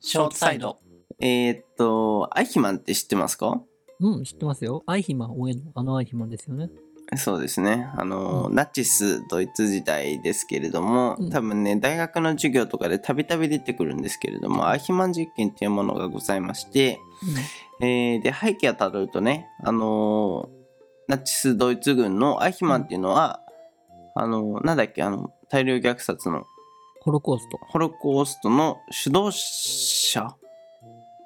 ショートサイド。えーっと、アイヒマンって知ってますかうん、知ってますよ。アイヒマン、応援のあのアイヒマンですよね。そうですね。あの、うんナチスドイツ時代ですけれどもうん、多分ね、大学の授業とかでたびたび出てくるんですけれども、アイヒマン実験っていうものがございまして、えーで、背景をたどるとね、あのーナチスドイツ軍のアイヒマンっていうのは、あのーなんだっけ、あの、大量虐殺のホロコースト。ホロコーストの主導者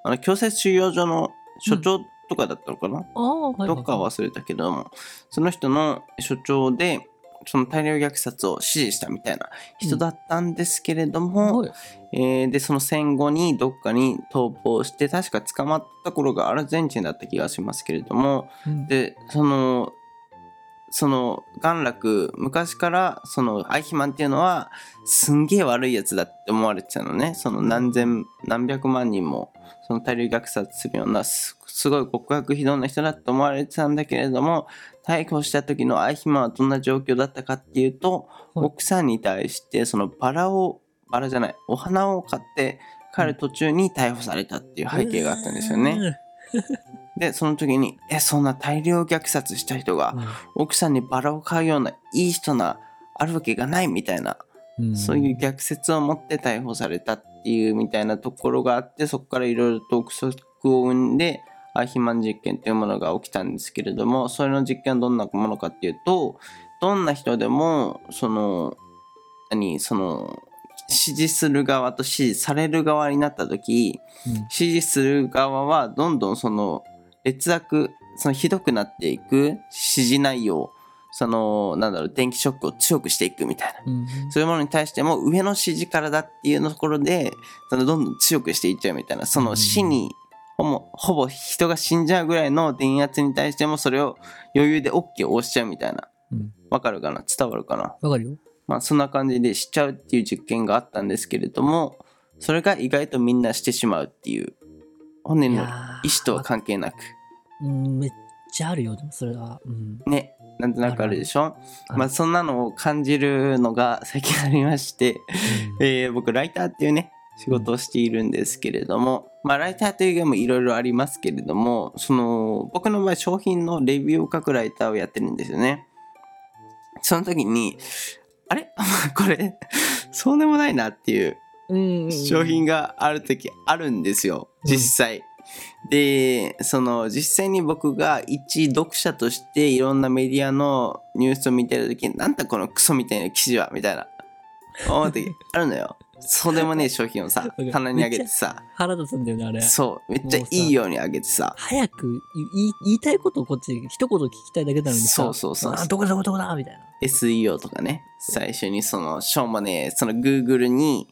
あの強制収容所の所長とかだったのかな、ああ、はい、はい。どっかは忘れたけどもその人の所長でその大量虐殺を支持したみたいな人だったんですけれども、はい。えーでその戦後にどっかに逃亡して確か捕まった頃がアルゼンチンだった気がしますけれども、うんでそのその元楽昔からそのアイヒマンっていうのはすんげえ悪いやつだって思われてたのねその何千何百万人もその大量虐殺するようなすすごい極悪非道な人だって思われてたんだけれども逮捕した時のアイヒマンはどんな状況だったかっていうと、はい奥さんに対してそのバラをバラじゃないお花を買って帰る途中に逮捕されたっていう背景があったんですよね。でその時に「えそんな大量虐殺した人が奥さんにバラを買うようないい人なあるわけがない」みたいな、うん。そういう逆説を持って逮捕されたっていうみたいなところがあってそこからいろいろと憶測を生んでアイヒマン実験というものが起きたんですけれどもそれの実験はどんなものかっていうとどんな人でもその何その支持する側と支持される側になった時うん支持する側はどんどんその劣悪そのひどくなっていく支持内容そのなんだろう電気ショックを強くしていくみたいなうん。そういうものに対しても上の指示からだっていうところでそのどんどん強くしていっちゃうみたいなその死にほぼほぼ人が死んじゃうぐらいの電圧に対してもそれを余裕で OK を押しちゃうみたいなうんわかるかな伝わるかなわかるよ。まあ、そんな感じでしちゃうっていう実験があったんですけれどもそれが意外とみんなしてしまうっていう本人の意思やーとは関係なくうん、めっちゃあるよ、でもそれは。うん。ねなんとなくあるでしょあるまあ、そんなのを感じるのが最近ありまして、えー僕ライターっていうね仕事をしているんですけれども、まあ、ライターというゲームいろいろありますけれどもその僕の場合商品のレビューを書くライターをやってるんですよねその時にあれ これそうでもないなっていううん。商品がある時あるんですようん実際、でその実際に僕が一読者としていろんなメディアのニュースを見てる時になんだこのクソみたいな記事はみたいな思う時あるの よそうでもねえ商品をさうん棚にあげてさ腹立つんだよね、あれ。そうめっちゃいいようにあげてさ早く言い言いたいことをこっち一言聞きたいだけなのにさそうそうそうあーどこだどこだどこだみたいな SEO とかね最初にそのしょうもねえその Google に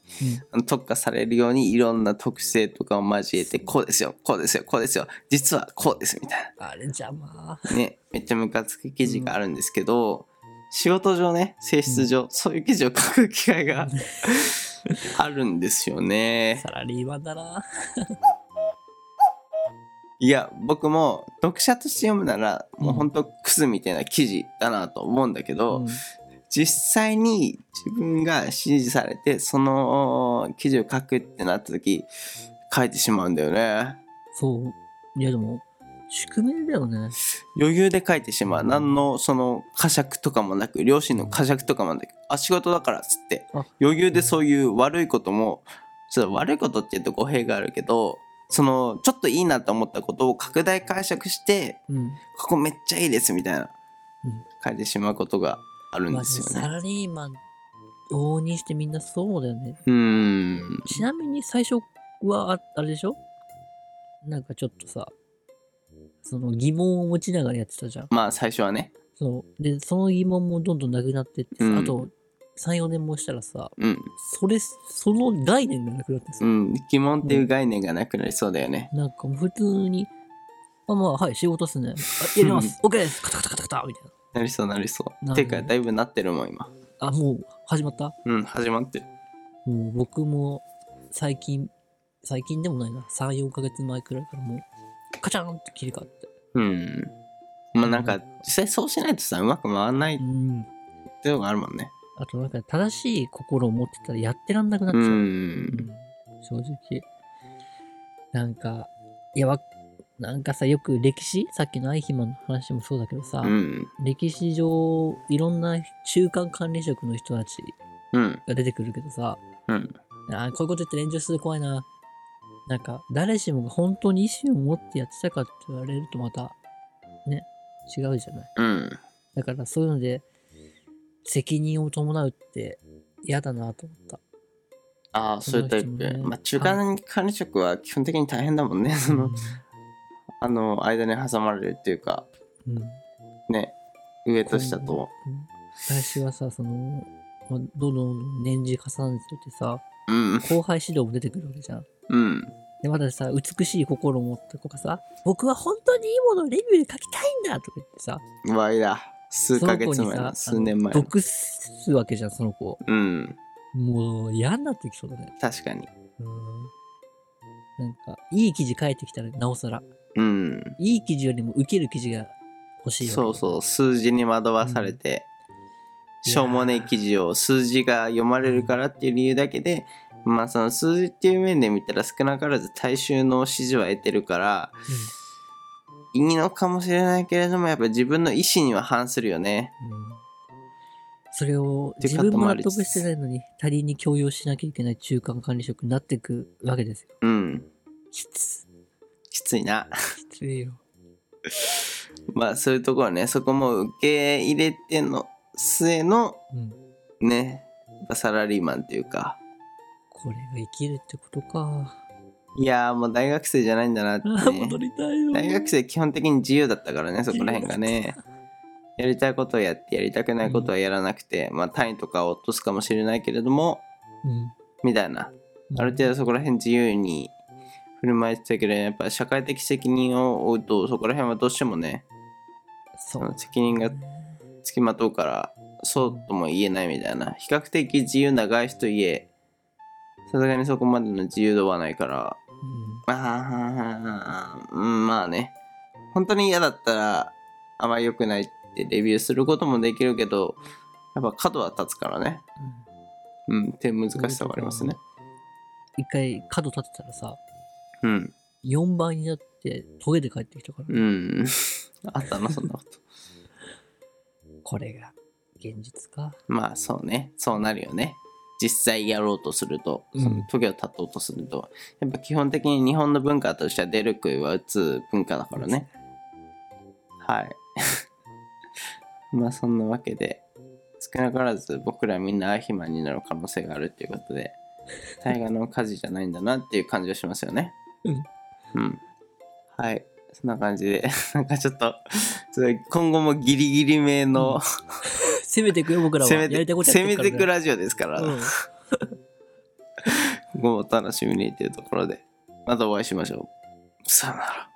特化されるようにいろんな特性とかを交えてこうですよこうですよこうですよ実はこうですみたいなあれ邪魔ね、めっちゃムカつく記事があるんですけど、仕事上ね性質上、そういう記事を書く機会があるんですよねサラリーマンだないや僕も読者として読むならもううんほんとクズみたいな記事だなと思うんだけど、うん実際に自分が支持されてその記事を書くってなった時書いてしまうんだよねそういやでも宿命だよね余裕で書いてしまう何のその呵責とかもなく両親の呵責とかもなくあ仕事だからっつってあ余裕でそういう悪いこともちょっと悪いことって言うと語弊があるけどそのちょっといいなと思ったことを拡大解釈してうんここめっちゃいいですみたいな書いてしまうことがあるんまあですよサねラリーマン往々にしてみんなそうだよねうーんちなみに最初はああれでしょなんかちょっとさその疑問を持ちながらやってたじゃんまあ最初はねそうでその疑問もどんどんなくなってってさ、うんあと34年もしたらさうん、それ、その概念がなくなってさ、うん、疑問っていう概念がなくなりそうだよねなんかもう普通に、あ、まあ、はい、仕事っすね。あや ります。OK です。カタカタカタカタみたいなりそうなりそうなてるほどかだいぶなってるもん今な。あ、もう始まったうん始まってるもう僕も最近、最近でもないな、3、4ヶ月前くらいからもう、カチャンって切り替わって。うん。まあなんか、実際そうしないとさ、うまく回らないっうん。ていうのがあるもんね。あとなんか正しい心を持ってたらやってらんなくなっちゃうう。ん。正直。なんか、いや、わ、なんかさ、よく歴史さっきのアイヒマンの話もそうだけどさ、うん歴史上、いろんな中間管理職の人たちうんが出てくるけどさ、うんあーこういうこと言って炎上する怖いな。なんか、誰しもが本当に意思を持ってやってたかって言われるとまた、ね、違うじゃない。うんだからそういうので、責任を伴うって嫌だなと思った。ああそういうタイプ、その人もねまあ中間管理職は基本的に大変だもんねそのあの間に挟まれるっていうかうん、うんね上と下と私はさ、その、まあ、どんどん年次重ねてってさ、うん後輩指導も出てくるわけじゃん。うんで、まださ、美しい心を持った子がさ、僕は本当にいいものをレビューで書きたいんだとか言ってさ、わいだ数ヶ月前の数年前の毒すわけじゃん、その子。うんもう嫌になってきそうだね。確かにうん。なんか、いい記事書いてきたらなおさら、うんいい記事よりも受ける記事が欲しいわけそうそう数字に惑わされて、うんしょうもねえ記事を数字が読まれるからっていう理由だけでまあその数字っていう面で見たら少なからず大衆の支持は得てるからいいのかもしれないけれどもやっぱ自分の意思には反するよねうん。うんそれをって自いうこ分とももあ納りつつ得してないのに他人に強要しなきゃいけない中間管理職になっていくわけですよ。うんきつ、きついな きついよ。まあそういうところはねそこも受け入れての末のうん。ねやっぱサラリーマンっていうかこれが生きるってことか。いやーもう大学生じゃないんだなって、ああ、 戻ね、りたいよ。大学生基本的に自由だったからねそこら辺がねやりたいことをやってやりたくないことはやらなくて、まあ単位とかを落とすかもしれないけれどもみたいなうん。ある程度そこら辺自由に振る舞えてたけどやっぱ社会的責任を負うとそこら辺はどうしてもねそそうの。責任がつきまとうからそうとも言えないみたいな比較的自由な外出といえさすがにそこまでの自由度はないからうんああ、うんまあね。本当に嫌だったら、あんま良くないってレビューすることもできるけど、やっぱ角は立つからね。うんうん、っていう難しさはありますね。一回角立てたらさ、うん。 4倍になってトゲで帰ってきたから、うん。 あったな、そんなこと。これが現実か。まあそうね。そうなるよね。実際やろうとすると、うんその時を立とうとすると、やっぱ基本的に日本の文化としては出る杭は打つ文化だからね。はい。 まあそんなわけで、少なからず僕らみんなアヒマンになる可能性があるっていうことで、大河の火事じゃないんだなっていう感じがしますよね。うん。はい。そんな感じで、 なんかちょっと、ちょっと今後もギリギリめの、 攻めていくよ、僕ら は。攻やめてりたいことや攻めってくてくらね。ラジオですから、うん今後もお楽しみにというところで、またお会いしましょう。さよなら。